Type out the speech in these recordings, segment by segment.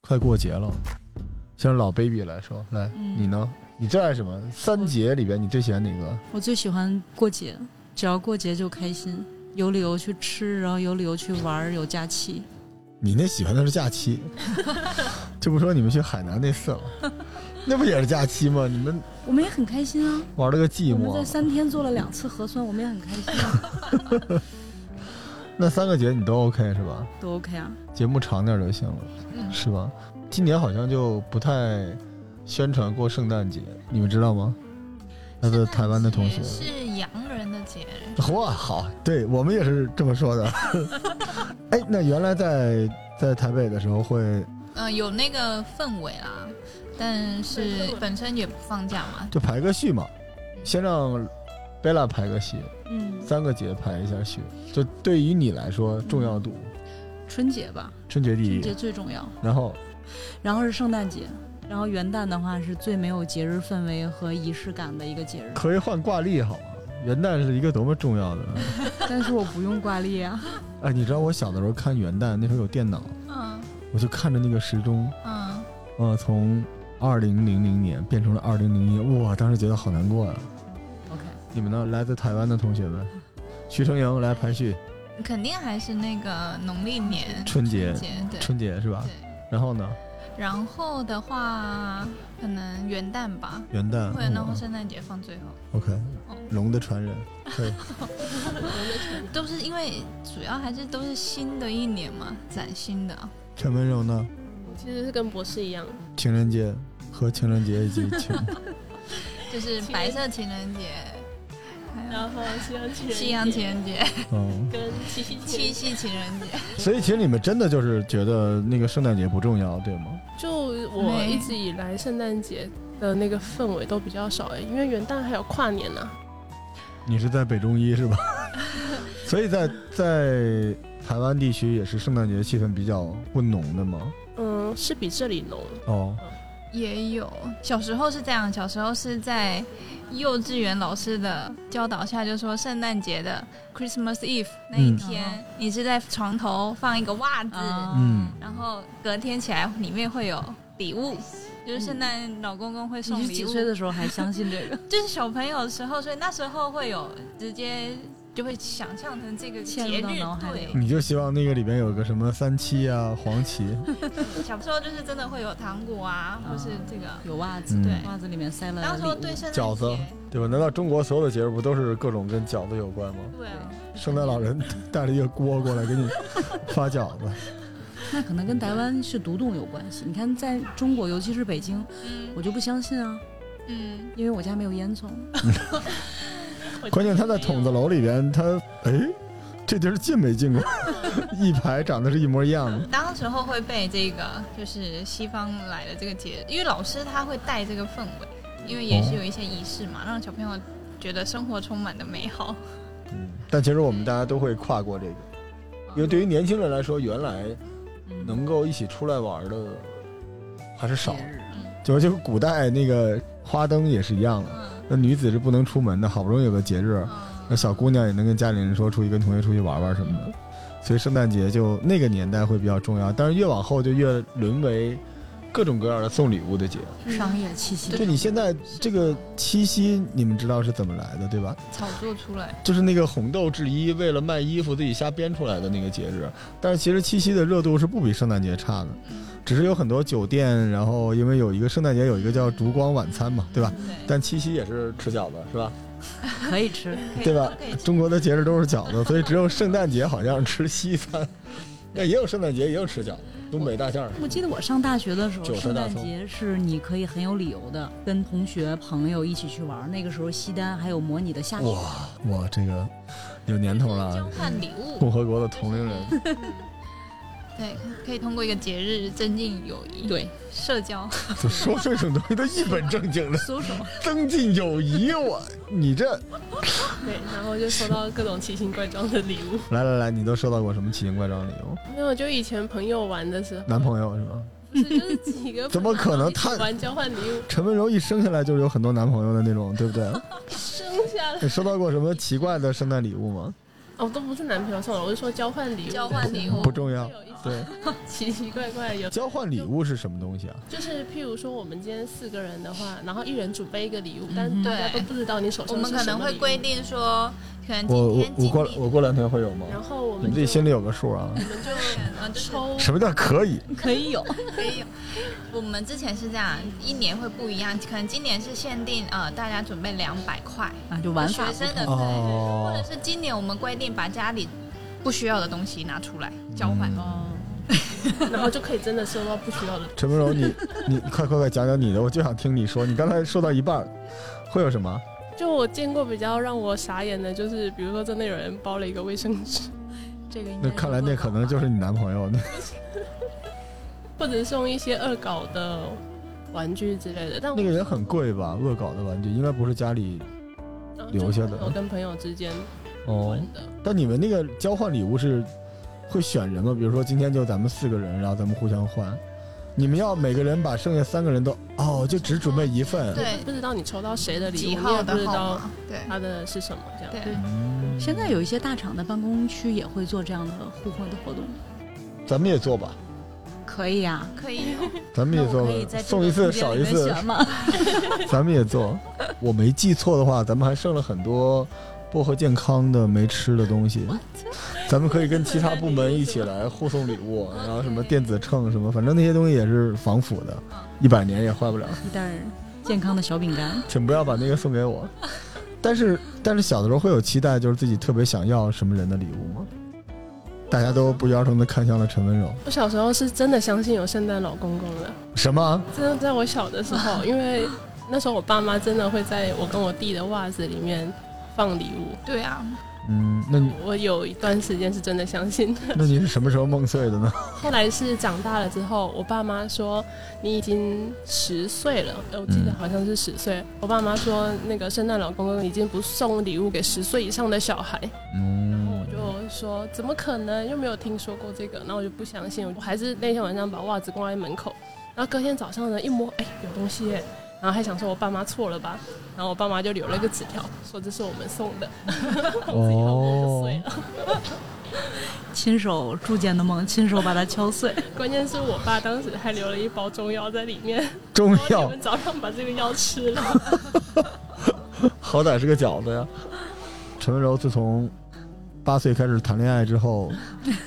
快过节了，像老 baby 来说，来、嗯你呢？你最爱什么？三节里边你最喜欢哪个？我最喜欢过节，只要过节就开心，有理由去吃，然后有理由去玩儿，有假期。你那喜欢的是假 期，这不说你们去海南那次了， 那不也是假期吗？你们我们也很开心啊。玩了个寂我们在寞。三天做了两次核酸，我们也很开心、啊，那三个节你都 OK 是吧？ 都 OK 啊。节目长点就行了，嗯是吧？今年好像就不太宣传过圣诞节，你们知道吗？那个台湾的同学，是洋人的节 日，哇，好，对我们也是这么说的。 哎，那原来在在台北的时候会，嗯、有那个氛围啦，但是本身也不放假嘛，就排个序嘛，先让贝拉排个序，嗯，三个节排一下序。就对于你来说重要度，春节吧，春节第春一节，最重要，然后。然后是圣诞节，然后元旦的话是最没有节日氛围和仪式感的一个节日 可以换挂历好吗？元旦是一个多么重要的！ 但是我不用挂历 啊，哎，你知道我小的时候看元旦，那时候有电脑，嗯我就看着那个时钟，嗯，呃，从二零零零年变成了二零零一，哇，当时觉得好难过呀、啊 OK，你们呢？来自台湾的同学 们，徐成莹来排序肯定还是那个农历年春节，节，对春节是啊吧？对。然后呢，然后的话，可能元旦吧，元旦或者然后嗯圣诞节放最后， ，OK，嗯龙的传 人，对，都是因为主要还是都是新的一年嘛，崭新的啊。陈温柔呢？其实是跟博士一样，情人节和情人节以及 情，就是白色情人节，还然后西洋 情人有节西洋情人节、嗯，跟七夕情七人节夕情人节，所以其实你们真的就是觉得那个圣诞节不重要，对吗？就我一直以来圣诞节的那个氛围都比较少哎，因为元旦还有跨年呢、你是在北中医 是吧？所以在在台湾地区也是圣诞节气氛比较不浓的吗？嗯，是比这里浓。哦，也有。小时候是这样，小时候是在幼稚园老师的教导下，就说圣诞节的 Christmas Eve 那一天，嗯你是在床头放一个袜子，啊嗯，然后隔天起来里面会有礼物。就是圣诞老公公会送你是礼几物，岁的时候还相信这个？就是小朋友的时候，所以那时候会有直接就会想象成这个嵌节入日到脑海里对。嗯你就希望那个里边有个什么三七啊、黄旗，小时候就是真的会有糖果啊，或是这个。 有袜子，对袜子里面塞了当时礼物对圣饺诞子节，对吧？难道中国所有的节日不都是各种跟饺子有关吗？对啊，圣诞老人 带了一个锅过来给你发饺子，那可能跟台湾是独栋有关系。你看，在中国，尤其是北京，嗯我就不相信啊，嗯，因为我家没有烟囱。关键他在筒子楼里边，他哎，这地儿进没 进过？ 一排长得是一模一样的，当时候会被这个就是西方来的这个节，因为老师他会带这个氛围，因为也是有一些仪式嘛，让小朋友觉得生活充满的美好。嗯，但其实我们大家都会跨过这个，因为对于年轻人来说，原来嗯能够一起出来玩的还是少节，日就就古代那个花灯也是一样的，嗯那女子是不能出门的，好不容易有个节日，那嗯，小姑娘也能跟家里人说出去跟同学出去玩玩什么的，所以圣诞节就那个年代会比较重要，但是越往后就越沦为各种各样的送礼物的节。商业气息，就你现在这个七夕，你们知道是怎么来的对吧？炒作出来，就是那个红豆制衣为了卖衣服自己瞎编出来的那个节日，但是其实七夕的热度是不比圣诞节差的，只是有很多酒店，然后因为有一个圣诞节有一个叫烛光晚餐嘛，对吧？对，但七夕也是吃饺子是吧？可以 吃。可以对吧可以 中国的节日都是饺子，所以只有圣诞节好像吃西餐，那也有圣诞节也有吃饺子，东北大馅儿。我记得我上大学的时候，韭菜圣大诞葱节是你可以很有理由的跟同学朋友一起去玩儿。那个时候西单还有模拟的下雪，哇哇，这个有年头了交 啊，换礼物，共和国的同龄人。对，可以通过一个节日增进友谊，对，社交。就说这种东西都一本正经的，搜手增进友谊。我你这对，然后就收到各种奇形怪状的礼物。来来来，你都收到过什么奇形怪状的礼物？没有，就以前朋友玩的嗯时候，男朋友是吗？不是就是几个 怎么可能朋友一起他玩交换礼物陈温柔一生下来就是有很多男朋友的那种，对不对？生下来？你收到过什么奇怪的圣诞礼物吗？哦，都不是男朋友送的，我是说交换礼物，交换礼物不重要会。有一些对，奇奇怪怪有。交换礼物是什么东西啊？就是譬如说，我们今天四个人的话，然后一人准备一个礼物，但是大家对都不知道你手我上们是可什能么会礼物规，定说，可我能今我天我经过理我过两天会有吗？然后我你们们自己就心里有个数 啊。我们就嗯，就是抽什么叫可以？可以有，可以有。我们之前是这样，一年会不一样，可能今年是限定呃，大家准备两百块，啊，就玩法学不生的同对，哦或者是今年我们规定把家里不需要的东西拿出来交换。嗯哦，然后就可以真的收到不需要的。陈文柔，你你快快快讲讲你的，我就想听你说。你刚才说到一半儿，会有什么？就我见过比较让我傻眼的，就是比如说真的有人包了一个卫生纸， 这个应该那看来那可能就是你男朋友。那或者送一些恶搞的玩具之类的。但我那个人很贵吧？恶搞的玩具应该不是家里嗯留下的就是我跟朋友之间哦玩。的，但你们那个交换礼物是会选人吗？比如说今天就咱们四个人，然后咱们互相换。你们要每个人把剩下三个人都哦，就只准备一份。对，不知道你抽到谁的礼几物，你也号不知的号道码？对他的是什么这样。对。嗯现在有一些大厂的办公区也会做这样的互换的活动，咱们也做吧，可以啊，可以有，咱们那也我做可以在，这送个一次空间少里一面次，选吗？ 咱们也做。我没记错的话，咱们还剩了很多薄荷健康的没吃的东西。咱们可以跟其他部门一起来互送礼物，然后什么电子秤什么，反正那些东西也是防腐的，嗯一百年也坏不了。 一袋儿健康的小饼干，请不要把那个送给 我。但是但是小的时候会有期待，就是自己特别想要什么人的礼物吗？大家都不约而同的看向了陈温柔。我小时候是真的相信有圣诞老公公的，什么？真的在我小的时候，因为那时候我爸妈真的会在我跟我弟的袜子里面放礼物，对啊，嗯，那你我有一段时间是真的相信的。那你是什么时候梦碎的呢？后来是长大了之后，我爸妈说你已经十岁了，呃我记得嗯好像是十岁。我爸妈说那个圣诞老公公已经不送礼物给十岁以上的小孩，然后嗯，我就说怎么可能，又没有听说过这个，然后我就不相信，我还是那天晚上把袜子挂在门口，然后隔天早上呢一摸，哎，有东西耶。然后还想说我爸妈错了吧，然后我爸妈就留了个纸条，说这是我们送的，自己后面哦就碎了。亲手铸建的梦，亲手把它敲碎。关键是我爸当时还留了一包中药在里面，中然后药你们早上把这个药吃了。 好歹是个饺子呀。陈温柔自从八岁开始谈恋爱之后，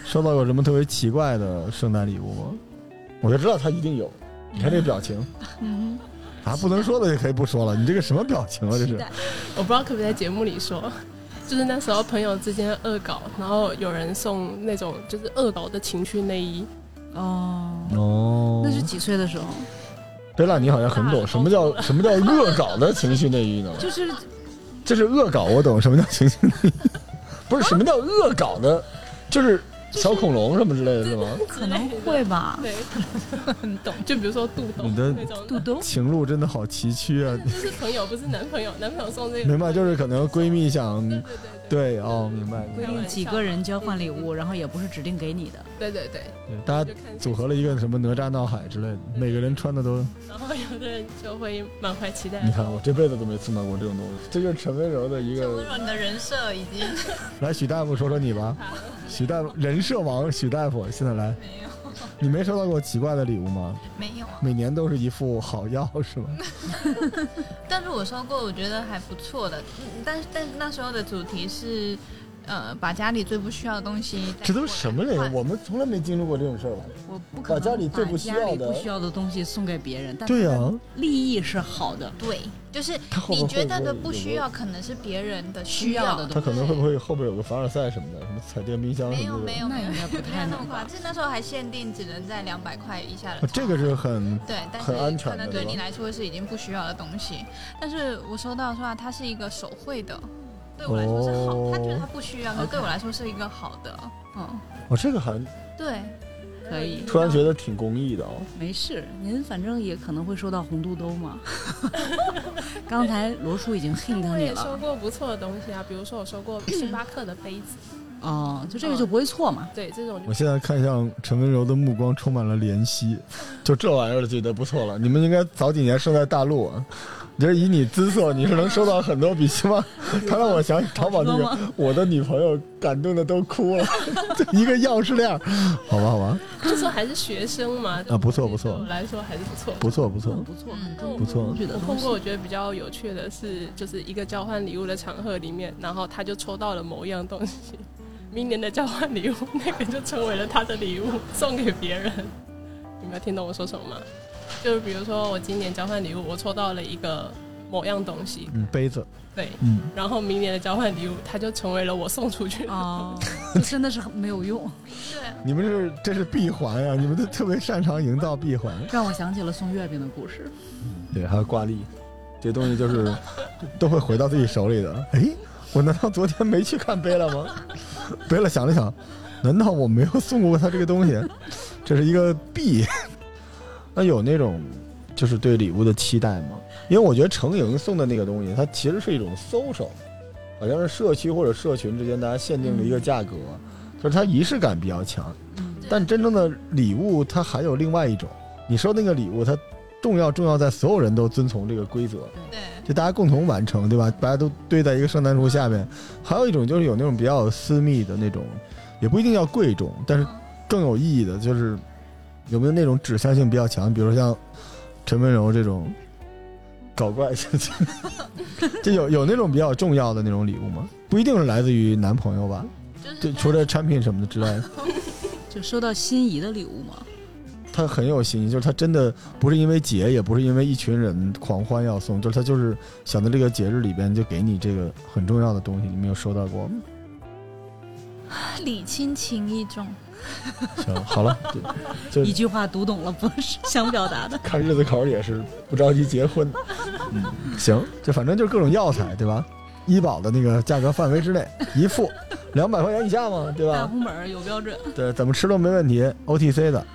收到过什么特别奇怪的圣诞礼物吗？我就知道他一定有。你看这表情，嗯，啊，不能说的就可以不说了。你这个什么表情啊？这是待我不知道可不可以在节目里说，就是那时候朋友之间恶搞，然后有人送那种就是恶搞的情趣内衣，哦，哦那是几岁的时候？贝拉，你好像很懂什么叫什么叫恶搞的情绪内衣呢？就是这是恶搞，我懂什么叫情绪内衣，不是什么叫恶搞的，就是小恐龙什么之类的，是吗？可能会吧。对，很懂。就比如说肚兜你的那种，肚兜，情路真的好崎岖啊！就是朋友不是男朋友，男朋友送这个，明白，就是可能闺蜜想对对对对对哦，明白，规定几个人交换礼物，然后也不是指定给你的。对对对，对，大家就看组合了一个什么哪吒闹海之类的，每个人穿的都，然后有的人就会满怀期待。你看我这辈子都没送到过这种东西，这就是陈温柔的一陈温 个。柔，你的人设已经来，许大夫说说你吧，许大夫人设王，许大夫现在来，没有你没收到过奇怪的礼物吗？没有啊。每年都是一副好药是吧？ 但是我收过，我觉得还不错的。嗯，但是但是那时候的主题是，呃，把家里最不需要的东西。这都是什么人？我们从来没经历过这种事儿吧？我不可能把家里最不需要的把家里不需要的东西送给别人，但对啊呀、利益是好的。对，就是他后边你觉得的会不不会有需要，可能是别人的需要的东西他可能会不会后边有个凡尔赛什么的，什么彩电冰箱没什有么没的？有没那有应该不没有太那么能夸吧张，？就是那时候还限定只能在两百块以下的。啊这个是很对，但是很安全可的能对对吧你来说是已经不需要的东西。但是我收到的话，它是一个手绘的，对我来说是好，哦他觉得他不需要，可是 OK 对我来说是一个好的。嗯，哦，这个还对，可以，突然觉得挺公益的哦。没事，您反正也可能会收到红肚兜嘛。刚才罗叔已经 hint 我你也收了，过不错的东西啊，比如说我收过星巴克的杯子，哦，就这个就不会错嘛。对这种我就现在看向陈温柔的目光 充满了怜惜，就这玩意儿觉得不错了。你们应该早几年生在大陆啊，你这以你姿色，你是能收到很多比希 望。他让我想起淘宝 那好个说，我的女朋友感动的都哭 了，这一个钥匙链儿，好吧，好吧，那时候还是学生嘛，啊不错不错对我来说还是不错。不错不错很，不错，很嗯中不错规中矩的我东碰西过，。我觉得比较有趣的是，就是一个交换礼物的场合里面，然后他就抽到了某一样东西，明年的交换礼物，那个就成为了他的礼物，送给别人。 你们有听懂我说什么吗？就是比如说，我今年交换礼物，我抽到了一个某样东西，嗯，杯子，对，嗯，然后明年的交换礼物，它就成为了我送出去的。哦，就真的是很没有用，对，你们是这是闭环啊，你们都特别擅长营造闭环，让我想起了送月饼的故事。对，还有挂历，这东西就是 都会回到自己手里的。哎，我难道昨天没去看贝勒吗？ 贝勒想了想，难道我没有送过他这个东西？这是一个币。 那有那种就是对礼物的期待吗？因为我觉得程莹送的那个东西，它其实是一种 social，好像是社区或者社群之间大家限定的一个价格，就是它仪式感比较强。但真正的礼物，它还有另外一种。你说那个礼物，它重要重要在所有人都遵从这个规则，对，就大家共同完成，对吧？大家都堆在一个圣诞树下面。还有一种就是有那种比较私密的那种，也不一定要贵重，但是更有意义的就是有没有那种指向性比较强，比如像陈温柔这种搞怪， 这有有那种比较重要的那种礼物吗？不一定是来自于男朋友吧？就就是除了产品什么的之外，就收到心仪的礼物嘛，他很有心意，就是他真的不是因为节，也不是因为一群人狂欢要送，就是他就是想在这个节日里边就给你这个很重要的东西，你没有收到过吗？礼轻情意重，行，好了，就就一句话读懂了，不是想表 达的。 看日子口也是不着急结婚，嗯，行，就反正就是各种药材，对吧？医保的那个价格范围之内，一副两百块钱以下嘛，对大吧？红本儿有标准，对，怎么吃都没问题，OTC 的，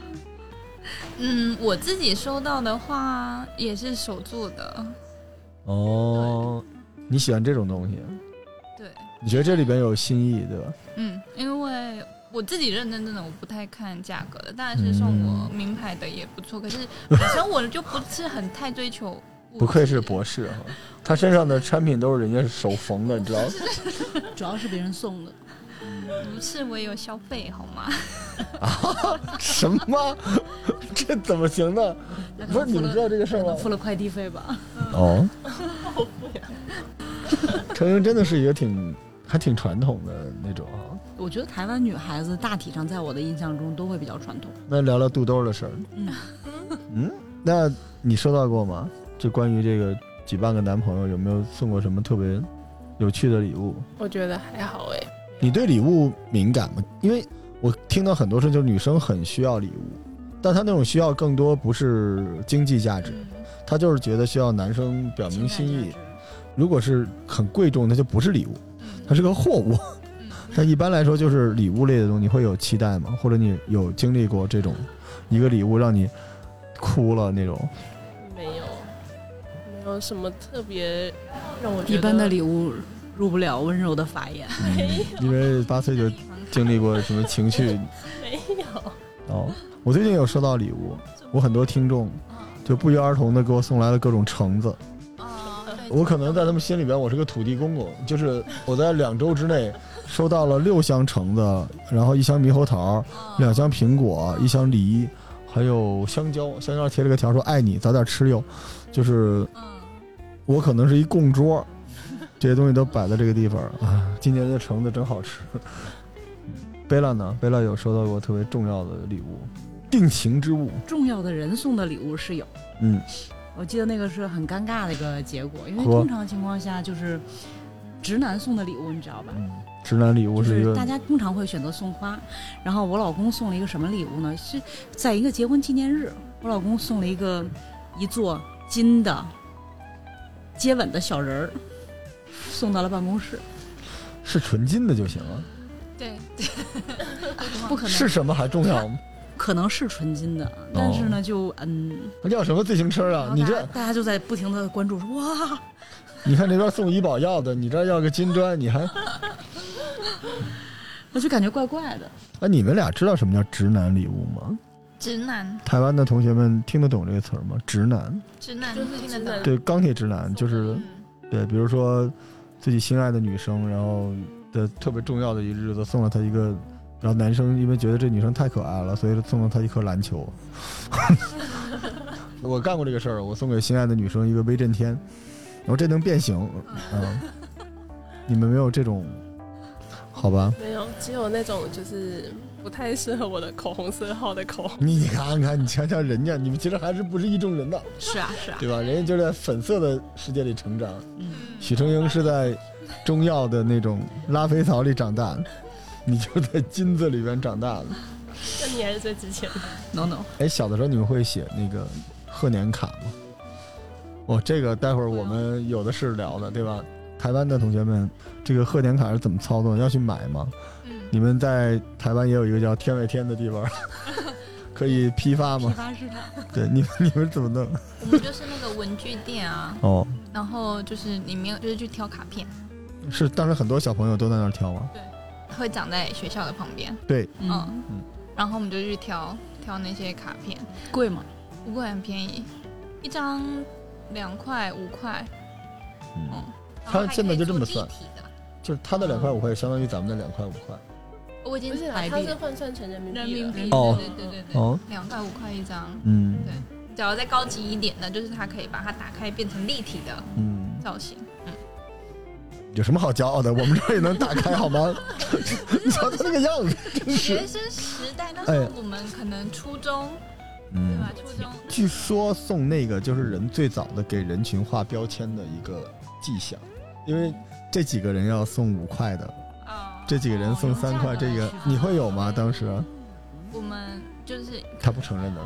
嗯，我自己收到的话也是手做的，哦，你喜欢这种东西，对，你觉得这里边有新意，对吧？嗯，因为我自己认真真的我不太看价格的，当然是送嗯我名牌的也不错，可是本身我就不是很太追求物质。不愧是博士哈，他身上的产品都是人家手缝的，你知道吗？主要是别人送的。不是我也有消费好吗？什么？这怎么行呢？不是你们知道这个事儿吗？付了快递费吧？哦， 程英真的是一个挺还挺传统的那种啊。我觉得台湾女孩子大体上在我的印象中都会比较传统。那聊聊肚兜的事儿。嗯嗯，那你收到过吗？就关于这个举办个男朋友有没有送过什么特别有趣的礼物？我觉得还好哎、你对礼物敏感吗？因为我听到很多事，就是女生很需要礼物，但她那种需要更多不是经济价值，她就是觉得需要男生表明心意。如果是很贵重，那就不是礼物，嗯它是个货物。但一般来说，就是礼物类的东西，你会有期待吗？或者你有经历过这种一个礼物让你哭了那种？没有，没有什么特别让我觉得一般的礼物入不了温柔的法眼。因为八岁就经历过什么情 绪没有。哦，我最近有收到礼物，我很多听众嗯就不约而同的给我送来了各种橙子。哦，对我可能在他们心里边，我是个土地公公，就是我在两周之内收到了六箱橙子，然后一箱猕猴桃，嗯两箱苹果，一箱梨，还有香蕉。香蕉贴了个条说：“爱你，早点吃哟。”就是嗯我可能是一供桌，这些东西都摆在这个地方啊。今年的橙子真好吃。贝拉呢？贝拉有收到过特别重要的礼物，定情之物。重要的人送的礼物是有，嗯，我记得那个是很尴尬的一个结果，因为呵通常情况下就是直男送的礼物，你知道吧？直男礼物嗯就是一是个大家通常会选择送花，然后我老公送了一个什么礼物呢？是在一个结婚纪念日，我老公送了一个一座金的接吻的小人儿，送到了办公室。是纯金的就行了，对不可能，是什么还重要吗？可能是纯金的，哦但是呢，就嗯，要什么自行车然啊？后你大家这大家就在不停的关注说哇，你看那边送医保要的，你这儿要个金砖，你还 啊我就感觉怪怪的。哎，你们俩知道什么叫直男礼物吗？ 直男，台湾的同学们听得懂这个词儿吗？直男，直男就是听直得男懂。对，钢铁直男就是嗯对，比如说自己心爱的女生，然后的特别重要的一日子送了她一个，然后男生因为觉得这女生太可爱了，所以送了她一颗篮球。 我干过这个事儿，我送给心爱的女生一个威震天，我说这能变形，嗯，你们没有这种，好吧？没有，只有那种就是不太适合我的口红色号的口红。你看看，你瞧瞧人家，你们其实还是不是一众人的，是啊 是啊，对吧？人家就在粉色的世界里成长，嗯，许成英是在中药的那种拉菲草里长大的，你就在金子里边长大的。那你还是最值钱的。 no no，哎，小的时候你们会写那个贺年卡吗？哦，这个待会儿我们有的是聊的，对吧？台湾的同学们，这个贺年卡是怎么操作？要去买吗？嗯，你们在台湾也有一个叫天外天的地 方，可以批发批吗？发市场，对，你们你们怎么弄？我们就是那个文具店啊，哦，然后就是里面就是去挑卡片，是当时很多小朋友都在那儿挑吗？会长在学校的旁边，对，嗯，然后我们就去挑挑那些卡片，贵吗？不过很便宜，一张两块五块，嗯嗯，他现在就这么算然后还可以做立体的。就是他的两块五块相当于咱们的两块五块。我已经不是啦，百它币是换算成人民币了啊人民币，哦对对对对对，哦，两块五块一张。嗯，对只要再高级一点的，就是它可以把它打开变成立体的嗯，造型。有什么好骄傲的？我们这儿也能打开好 吗？你瞧他那个样子，真是学。生时代那时候哎我们可能初中对嗯吧？初中据说送那个就是人最早的给人群画标签的一个迹象，因为这几个人要送五块的，啊，这几个人送三块，这个你会有吗？当时我们就是他不承认的，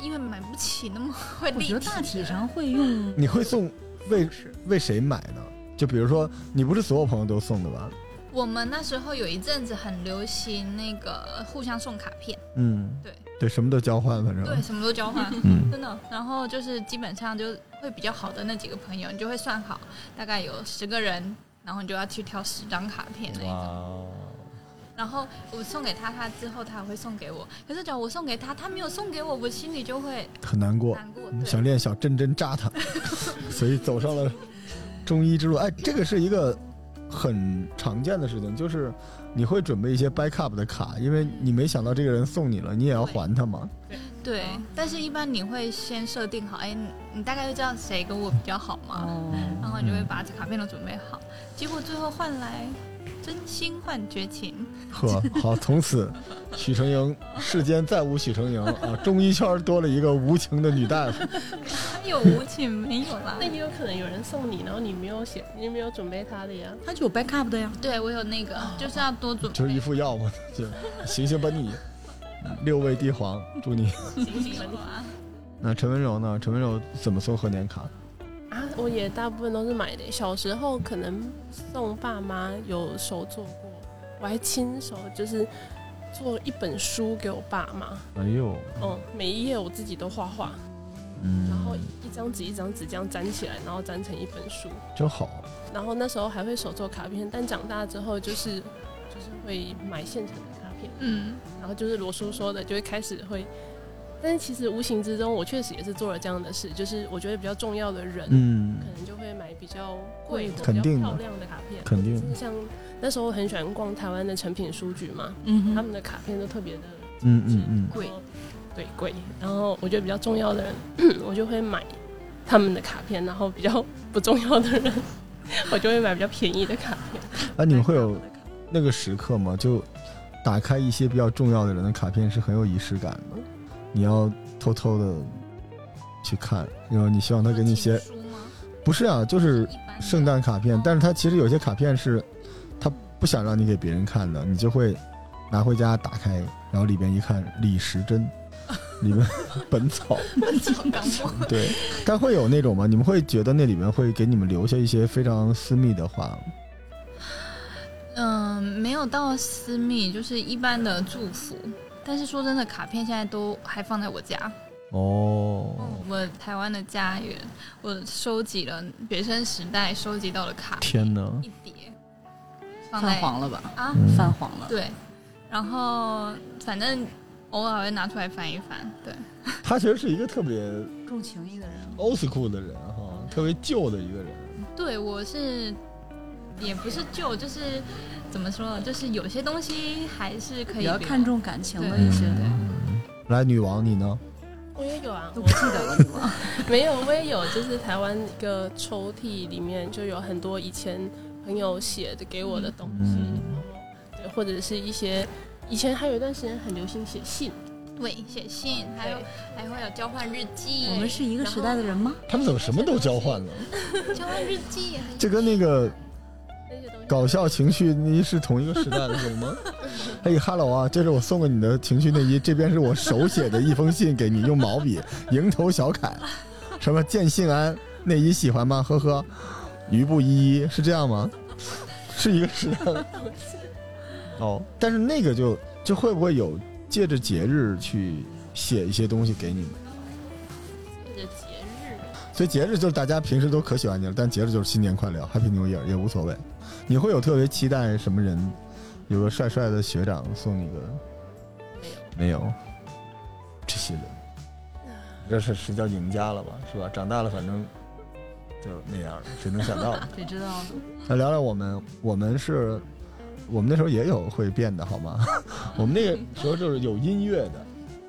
因为买不起那么会我立体觉的，得大体上会用你会送为是为谁买呢？就比如说，你不是所有朋友都送的吧？我们那时候有一阵子很流行那个互相送卡片，嗯，对对，什么都交换，反正对，什么都交换， 嗯真的。然后就是基本上就会比较好的那几个朋友，你就会算好大概有十个人，然后你就要去挑十张卡片那一种。哇，哦然后我送给他，他之后他还会送给我。可是只要我送给他，他没有送给我，我心里就会很难过。难过。想对，练小真真扎 他，所以走上了中医之路。哎，这个是一个很常见的事情，就是你会准备一些 backup 的卡，因为你没想到这个人送你了，你也要还他嘛。对。但是一般你会先设定好，哎，你你大概就知道谁跟我比较好嘛，哦，然后你就会把卡片都准备好。结果最后换来真心换绝情，呵，好，从此许成英世间再无许成英啊，中医圈多了一个无情的女大 夫。哪有无情没有 啦那？也有可能有人送你，然后你没有写，你没有准备它的呀。它就有 backup 的呀，对我有那个，就是要多准备。就是一副药嘛，就醒醒吧你，六味地黄，祝 你。那陈温柔呢？陈温柔怎么送贺年卡？啊，我也大部分都是买的。小时候可能送爸妈有手做过，我还亲手就是做一本书给我爸妈。哎呦，嗯，每一页我自己都画画，嗯然后一张纸一张纸这样粘起来，然后粘成一本书。真好。啊然后那时候还会手做卡片，但长大之后就是就是会买现成的卡片。嗯，然后就是罗叔说的，就会开始会。但是其实无形之中，我确实也是做了这样的事，就是我觉得比较重要的人，嗯可能就会买比较贵的、肯定比的较漂亮的卡片。肯定就是像那时候很喜欢逛台湾的成品书局嘛，嗯他哼，们的卡片都特别的嗯嗯嗯，贵，对贵。然后我觉得比较重要的人， 我就会买他们的卡片，然后比较 不重要的人，我就会买比较便宜的卡片。哎、你们会买有 他们的卡片那个时刻吗？就打开一些比较重要的人的卡片是很有仪式感的，你要偷偷的去看，然后你希望他给你写，情书吗？不是啊，就是一般的圣诞卡片，但是他其实有些卡片是他不想让你给别人看的，你就会拿回家打开，然后里边一看李时 珍，里面本草，港货对，但会有那种吗？你们会觉得那里面会给你们留下一些非常私密的话吗？嗯，没有到私密，就是一般的祝福。但是说真的，卡片现在都还放在我家。哦，我台湾的家园，我收集了学生时代收集到的卡天哪！一叠，放泛在黄了吧？啊，嗯泛黄了，对。然后反正偶尔会拿出来翻一翻。对，他其实是一个特别重情义的人。 old school 的人哈，特别旧的一个人。对我是也不是旧，就是怎么说，就是有些东西还是可比以较留看重感情的对一些，对来，女王你呢？我也有啊，都不记得了，是 吧？ 没有，我也有，就是台湾一个抽屉里面就有很多以前朋友写的给我的东西，嗯然后对，或者是一些以前还有一段时间很流行写信，对写信，还有还会有交换日记。我们是一个时代的人吗？他们怎么什么都交换 了？交换日记，这跟那个那些东西搞笑情绪你是同一个时代的，懂吗？嘿哈喽啊，这是我送给你的情绪内衣，这边是我手写的一封信给你，用毛笔，蝇头小楷，什么见信安，内衣喜欢吗？呵呵，余不依依，是这样吗？是一个时代的。哦，但是那个就就会不会有借着节日去写一些东西给你们？或者节日，所以节日就是大家平时都可喜欢你了，但节日就是新年快乐，Happy New Year 也无所谓。你会有特别期待什么人？有个帅帅的学长送你个？没有，没有。这些人，这是是叫赢家了吧？是吧？长大了反正就那样了，谁能想到？谁知道呢？ 来聊聊我们，我们是，我们那时候也有会变的好 吗？我们那个时候就是有音乐的，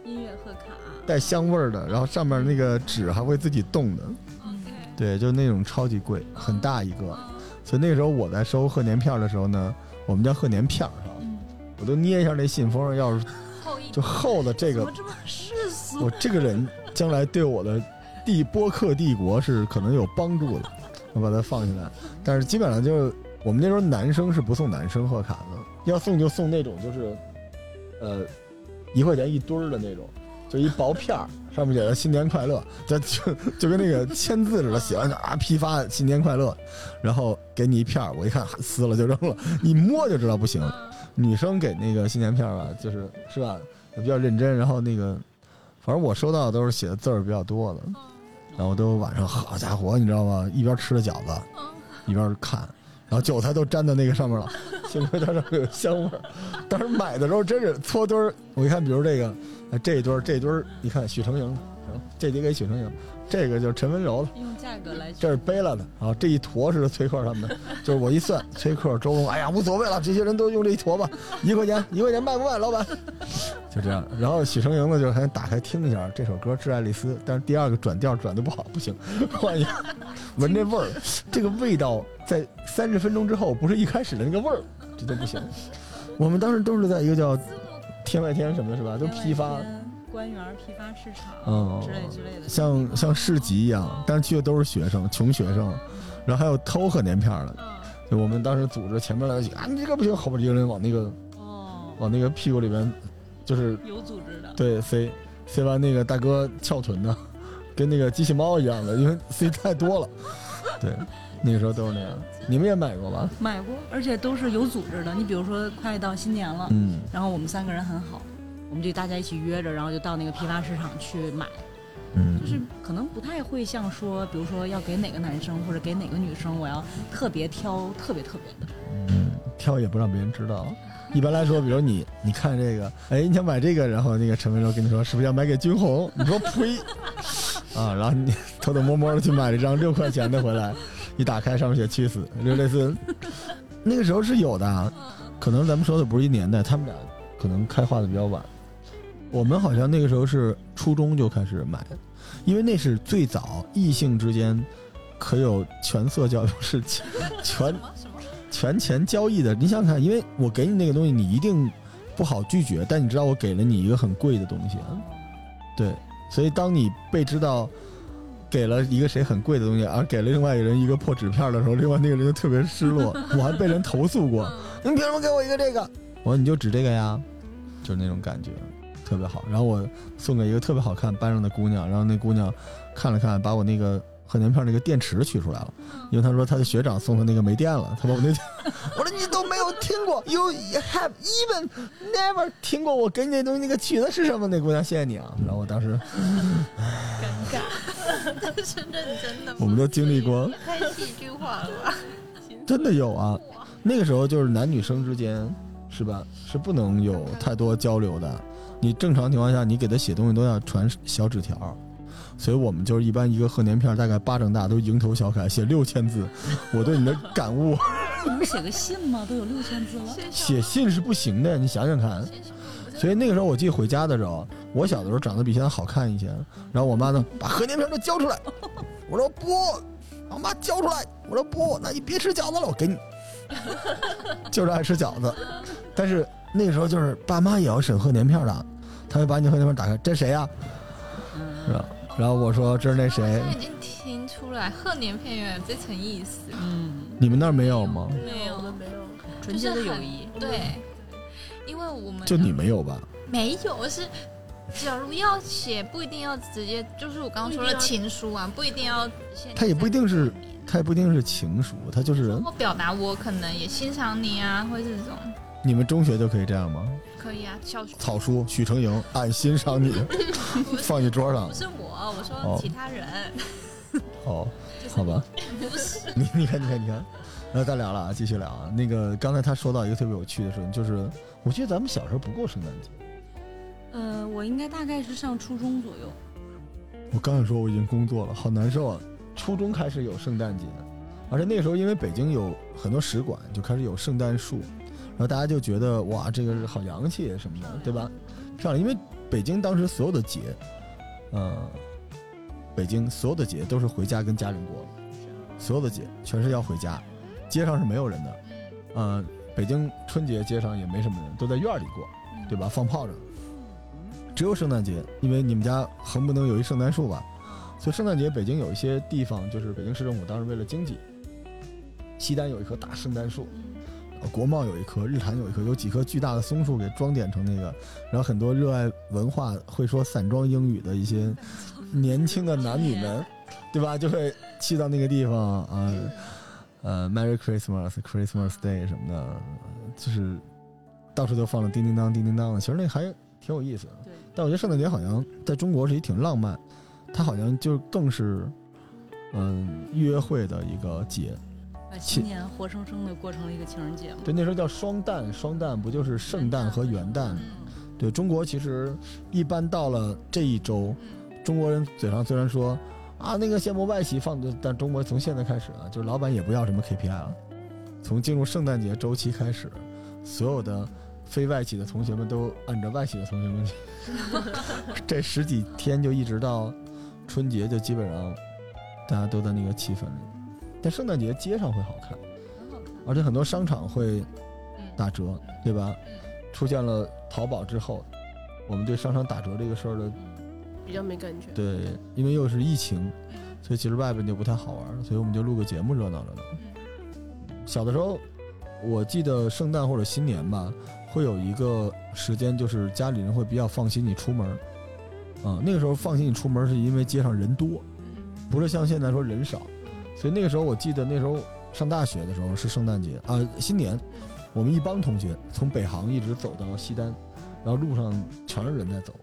音乐贺卡，啊带香味儿的，然后上面那个纸还会自己动的。 OK，对，就那种超级贵，很大一个。哦所以那个时候我在收贺年票的时候呢，我们叫贺年票哈，我都捏一下那信封，要是嗯后一就厚的这怎个么，哦这么世俗？我这个人将来对我的帝播客帝国是可能有帮助的。 我把它放下来，但是基本上就是我们那时候男生是不送男生贺卡的，要送就送那种就是，呃，一块钱一堆儿的那种，就一薄片儿，上面写着“新年快乐”，就 就就跟那个签字似的，写完就啊批发“新年快乐”，然后给你一片儿，我一看撕了就扔了，你摸就知道不行。女生给那个新年片儿吧，就是是吧，也比较认真，然后那个，反正我收到的都是写的字儿比较多的，然后都晚上好家伙，你知道吗？一边吃着饺子，一边看，然后韭菜都粘到那个上面了， 幸亏它上面有香味儿。当时买的时候真是搓堆儿，我一看，比如这个，哎这一堆儿，这一堆儿，你看许成营的，行这得给许成营，这个就是陈文柔的。用价格来这是贝勒的啊，这一坨是崔克他们的，就是我一算，崔克、周公，哎呀，无所谓了，这些人都用这一坨吧，一块钱，一块钱卖不卖，老板？就这样。然后许成营呢，就还打开听一下这首歌《致爱丽丝》，但是第二个转调转的不好，不行，换一个，闻这味儿，这个味道在三十分钟之后不是一开始的那个味儿，这都不行。我们当时都是在一个叫天外天什么的，是吧？都批发，官员批发市场嗯，之类之类的，像像市集一样，但是去的都是学生，穷学生，然后还有偷贺年片儿的。嗯就我们当时组织前面来几个啊，你这个不行，后边一个人往那个哦，往那个屁股里边，就是有组织的，对塞塞完那个大哥翘臀的，跟那个机器猫一样的，因为塞太多了。对，那个时候都是那样。你们也买过吧？买过，而且都是有组织的。你比如说，快到新年了，嗯，然后我们三个人很好，我们就大家一起约着，然后就到那个批发市场去买。嗯就是可能不太会像说，比如说要给哪个男生或者给哪个女生，我要特别挑特别特别的。 挑也不让别人知道。一般来说，比如你，你看这个，哎，你想买这个，然后那个陈文柔跟你说，是不是要买给君红？你说呸， 啊，然后你偷偷摸摸的去买了一张六块钱的回来，一打开上面写去死，就类似，那个时候是有的啊，可能咱们说的不是一年代，他们俩可能开化的比较晚，我们好像那个时候是初中就开始买，因为那是最早异性之间可有权色交流是全全嗯什么权钱交易的，你想想看，因为我给你那个东西，你一定不好拒绝，但你知道我给了你一个很贵的东西，啊对，所以当你被知道给了一个谁很贵的东西，而给了另外一个人一个破纸片的时候，另外那个人就特别失落。我还被人投诉过，你凭什么给我一个这个？我说你就指这个呀，就是那种感觉，特别好。然后我送给一个特别好看班上的姑娘，然后那姑娘看了看，把我那个贺年票那个电池取出来了。因为他说他的学长送他那个没电了，他把我那，我说你都没有听过，You have even never 听过我给你那东西那个曲子是什么？那姑娘谢谢你啊，然后我当时 都是认真的吗？我们都经历过也 太戏剧化了吧？真的有啊，那个时候就是男女生之间是吧，是不能有太多交流的，你正常情况下，你给他写东西都要传小纸条儿，所以我们就是一般一个贺年片儿大概巴掌大，都蝇头小楷，写六千字。我对你的感悟，你们写个信吗？都有六千字了，先写信是不行的，你想想看。所以那个时候我记得回家的时候，我小的时候长得比现在好看一些，然后我妈呢把贺年片儿都交出来，我说不，我妈交出来，我说不，那你别吃饺子了，我给你， 就是爱吃饺子，但是那个时候就是爸妈也要审贺年片儿的，他会把你贺年片儿打开，这谁呀、嗯是吧？然后我说这是那谁现，在已经听出来贺年片原来有这层意思，嗯，你们那儿没有吗？没有我，们没有。纯洁的友谊，对，因为我们就你没有吧？没有是。假如要写，不一定要直接，就是我刚刚说的情书啊，不一定要先。他也不一定是他也不一定是情书，他就是我表达我可能也欣赏你啊，或者这种你们中学就可以这样吗？可以啊。小说草书，许成莹，俺欣赏你，放你桌上不。是我，我哦说其他人，哦，好吧，不是你 你看你看你看，那再聊了啊，继续聊啊。那个刚才他说到一个特别有趣的事情，就是我觉得咱们小时候不过圣诞节。呃，我应该大概是上初中左右，我刚想说我已经工作了，好难受啊！初中开始有圣诞节，而且那时候因为北京有很多使馆，就开始有圣诞树，然后大家就觉得哇，这个是好洋气什么的，对吧？漂亮，因为北京当时所有的节，呃，北京所有的节都是回家跟家人过，所有的节全是要回家，街上是没有人的，呃，北京春节街上也没什么人，都在院儿里过，对吧？放炮仗。只有圣诞节，因为你们家横不能有一圣诞树吧？所以圣诞节北京有一些地方，就是北京市政府当时为了经济，西单有一棵大圣诞树，呃国贸有一棵，日坛有一棵，有几棵巨大的松树给装点成那个，然后很多热爱文化、会说散装英语的一些年轻的男女们，对吧？就会去到那个地方啊，呃，Merry Christmas、Christmas Day 什么的，呃就是到处都放了叮叮当、叮叮当的，其实那还挺有意思的。对但我觉得圣诞节好像在中国是一挺浪漫，它好像就更是嗯约会的一个节。把其今年活生生的过成了一个情人节嘛。对，那时候叫双旦，双旦不就是圣诞和元旦？嗯对中国其实一般到了这一周，嗯，中国人嘴上虽然说啊那个先不外企放的，但中国从现在开始啊，就是老板也不要什么 KPI 了，从进入圣诞节周期开始，所有的非外企的同学们都按着外企的同学们去，这十几天就一直到春节，就基本上大家都在那个气氛里。但圣诞节街上会好看，嗯而且很多商场会打折，对吧？出现了淘宝之后，我们对商场打折这个事儿的比较没感觉。对，因为又是疫情，所以其实外边就不太好玩了，所以我们就录个节目热闹热闹。小的时候，我记得圣诞或者新年吧，会有一个时间，就是家里人会比较放心你出门儿。啊、那个时候放心你出门儿是因为街上人多，不是像现在说人少。所以那个时候我记得那时候上大学的时候是圣诞节啊、新年，我们一帮同学从北航一直走到西单，然后路上全是人在走，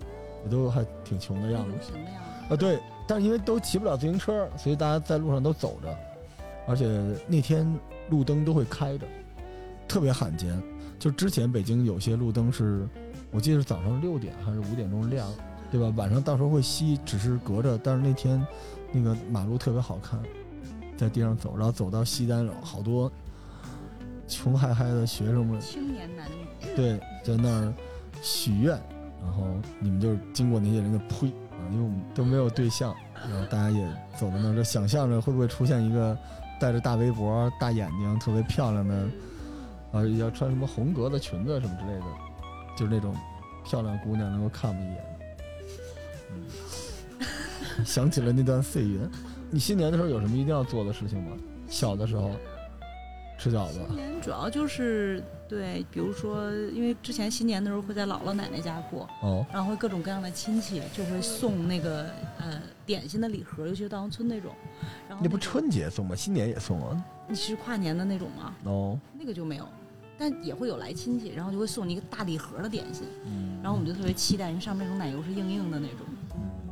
也都还挺穷的样子流。行的呀，啊，对，但是因为都骑不了自行车，所以大家在路上都走着，而且那天路灯都会开着，特别罕见。就之前北京有些路灯是，我记得是早上六点还是五点钟亮，对吧？晚上到时候会熄，只是隔着，但是那天那个马路特别好看，在地上走，然后走到西单，好多穷嗨嗨的学生们青年男女，对，在那儿许愿，然后你们就是经过那些人的呸啊，因为我们都没有对象，然后大家也走到那儿，就想象着会不会出现一个戴着大围脖、大眼睛、特别漂亮的，啊，要穿什么红格子裙子什么之类的，就是那种漂亮姑娘能够看我们一眼。嗯，想起了那段岁月。你新年的时候有什么一定要做的事情吗？小的时候吃饺子，新年主要就是对，比如说，因为之前新年的时候会在姥姥奶奶家过，哦，然后会各种各样的亲戚就会送那个呃点心的礼盒，尤其是稻香村那种。然后那不个春节送吗？新年也送啊？你是跨年的那种吗？哦。那个就没有，但也会有来亲戚，然后就会送你一个大礼盒的点心，嗯然后我们就特别期待，因为上面那种奶油是硬硬的那种，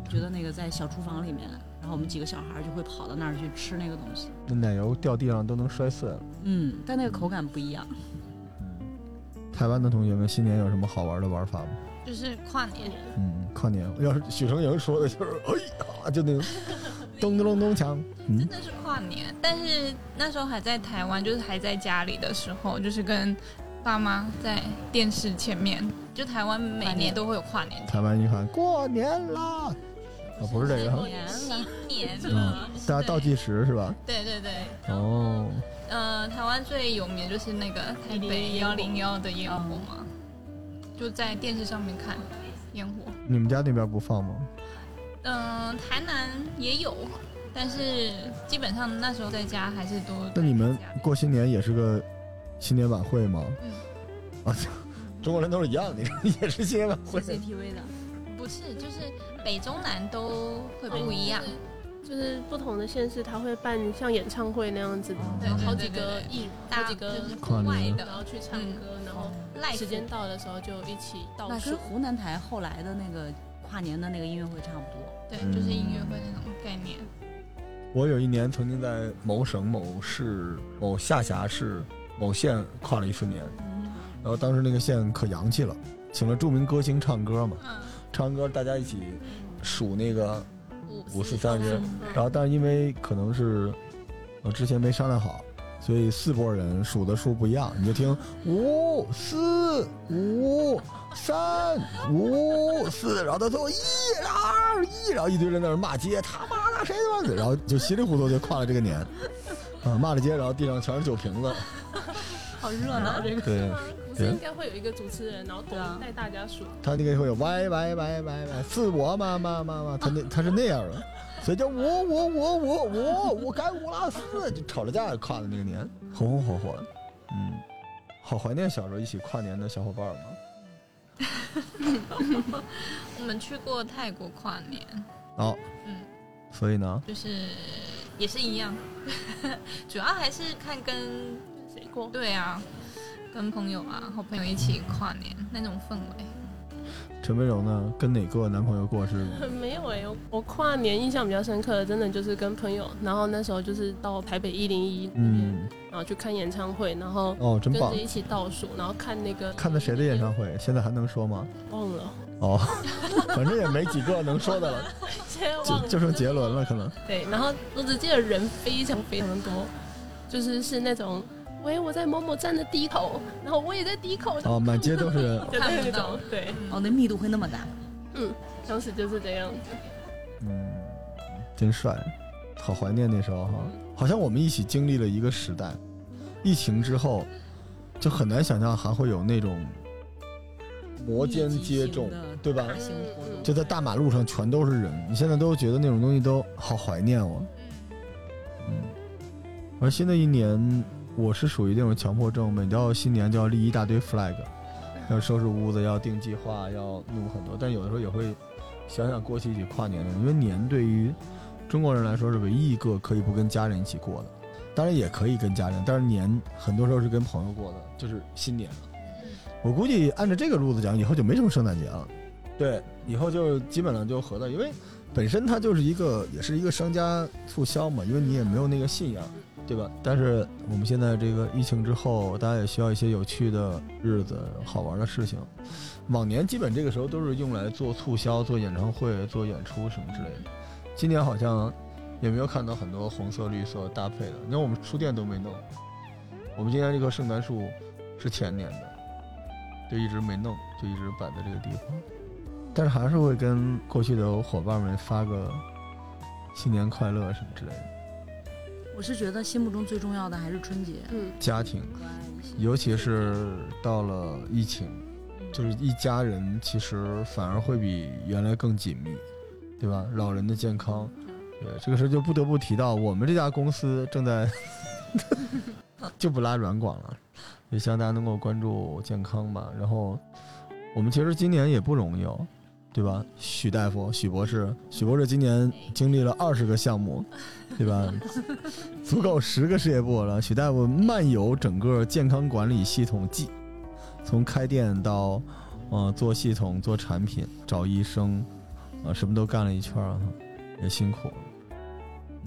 觉得那个在小厨房里面，然后我们几个小孩儿就会跑到那儿去吃那个东西。那奶油掉地上都能摔碎了。嗯，但那个口感不一样。台湾的同学们新年有什么好玩的玩法吗？就是跨年，嗯，跨年要是许成莹说的就是，哎呀，就那种咚咚咚咚锵，嗯真，的是跨年。但是那时候还在台湾，就是还在家里的时候，就是跟爸妈在电视前面，就台湾每年都会有跨年，台湾一喊过年啦，啊，不是这个哈，年了，新年嗯，大家倒计时是吧？对对对，哦，呃，台湾最有名就是那个台北幺零幺的烟火嘛，嗯就在电视上面看烟火。你们家那边不放吗？嗯、台南也有，但是基本上那时候在家还是多。那你们过新年也是个新年晚会吗？嗯啊， 中国人都是一样的，你看也是新年晚会。 CCTV 的，不是，就是北中南都会不一哦样。就是不同的县市，它会办像演唱会那样子，对对嗯好几个艺，好大几个就是跨户外年然的后去唱歌，然后赖时间到的时候就一起倒那数跟。湖南台后来的那个跨年的那个音乐会差不多。对，嗯就是音乐会那种概念。我有一年曾经在某省某市某下辖市某县跨了一次年，然后当时那个县可洋气了，请了著名歌星唱歌嘛，嗯，唱完歌大家一起数那个五五四三日，嗯然后但是因为可能是呃之前没商量好，所以四拨人数的数不一样，你就听五四五三五四，然后到最后一二一，然后一堆人在那儿骂街，他妈的谁他妈的，然后就稀里糊涂就跨了这个年，啊骂了街，然后地上全是酒瓶子，好热闹这个。对。啊啊不是应该会有一个主持人，然后对啊带大家数，他那个会有歪歪歪歪歪，是我妈妈妈妈，他那他是那样的，所以叫我我我我我我该我拉斯，就吵着架跨的那个年，红红火火的，嗯，好怀念小时候一起跨年的小伙伴儿嘛。我们去过泰国跨年，哦，嗯，所以呢，就是也是一样， 主要还是看跟谁过？ 对啊，跟朋友啊，好朋友一起跨年那种氛围。陈温柔呢跟哪个男朋友过是吗？没有哎、我我跨年印象比较深刻的，真的就是跟朋友，然后那时候就是到台北一零一，嗯，然后去看演唱会，然后哦，真跟棒着，一起倒数，然后看那个看的谁的演唱会？现在还能说吗？忘了， 哦，反正也没几个能说的了，现在忘就了，就剩杰伦了，可能。对，然后我只记得人非常非常多，就是是那种，喂，我在某某站的低头，然后我也在低口，哦，满街都是人。就那种，对，哦，那密度会那么大？当时就是这样子，嗯，真帅，好怀念那时候哈，好像我们一起经历了一个时代。疫情之后，就很难想象还会有那种摩肩接踵密集型的，对吧大？型活动就在大马路上全都是人，你现在都觉得那种东西都好怀念哦。嗯，而新的一年，我是属于那种强迫症，每到新年就要立一大堆 flag，要收拾屋子，要定计划，要弄很多。但有的时候也会想想过去一起跨年的，因为年对于中国人来说是唯一一个可以不跟家人一起过的，当然也可以跟家人，但是年很多时候是跟朋友过的，就是新年了。我估计按照这个路子讲，以后就没什么圣诞节了。对，以后就基本上就合了，因为本身它就是一个，也是一个商家促销嘛，因为你也没有那个信仰，对吧？但是我们现在这个疫情之后，大家也需要一些有趣的日子、好玩的事情。往年基本这个时候都是用来做促销、做演唱会、做演出什么之类的，今年好像也没有看到很多红色、绿色搭配的。你看我们书店都没弄，我们今年这棵圣诞树是前年的，就一直没弄，就一直摆在这个地方。但是还是会跟过去的伙伴们发个新年快乐什么之类的。我是觉得心目中最重要的还是春节，嗯，家庭，尤其是到了疫情，就是一家人其实反而会比原来更紧密，对吧？老人的健康，对这个事儿就不得不提到我们这家公司正在 就不拉软广了，也希望大家能够关注健康吧。然后我们其实今年也不容易哦。对吧？许大夫、许博士、许博士今年经历了二十个项目，对吧？足够十个事业部了。许大夫漫游整个健康管理系统季，从开店到，呃，做系统、做产品、找医生，啊、什么都干了一圈儿啊，也辛苦了。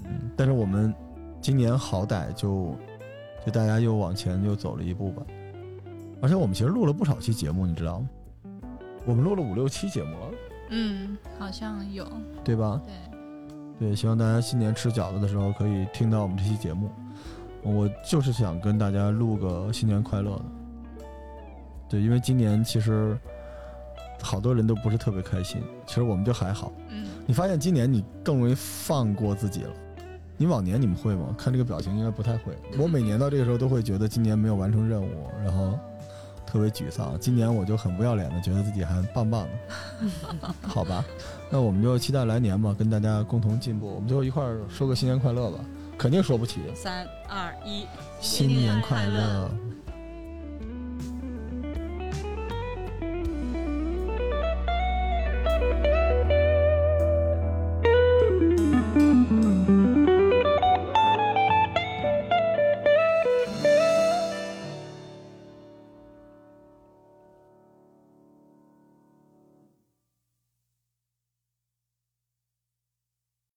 嗯，但是我们今年好歹就，就大家又往前又走了一步吧。而且我们其实录了不少期节目，你知道吗？我们录了五六期节目了，嗯，好像有，对吧？对，对，希望大家新年吃饺子的时候可以听到我们这期节目。我就是想跟大家录个新年快乐的。对，因为今年其实好多人都不是特别开心，其实我们就还好。嗯，你发现今年你更容易放过自己了。你往年你们会吗？看这个表情应该不太会。我每年到这个时候都会觉得今年没有完成任务，然后特别沮丧。今年我就很不要脸的觉得自己还棒棒 的，好吧？那我们就期待来年吧，跟大家共同进步。我们最后一块儿说个新年快乐吧，肯定说不齐。三二一，新年快乐！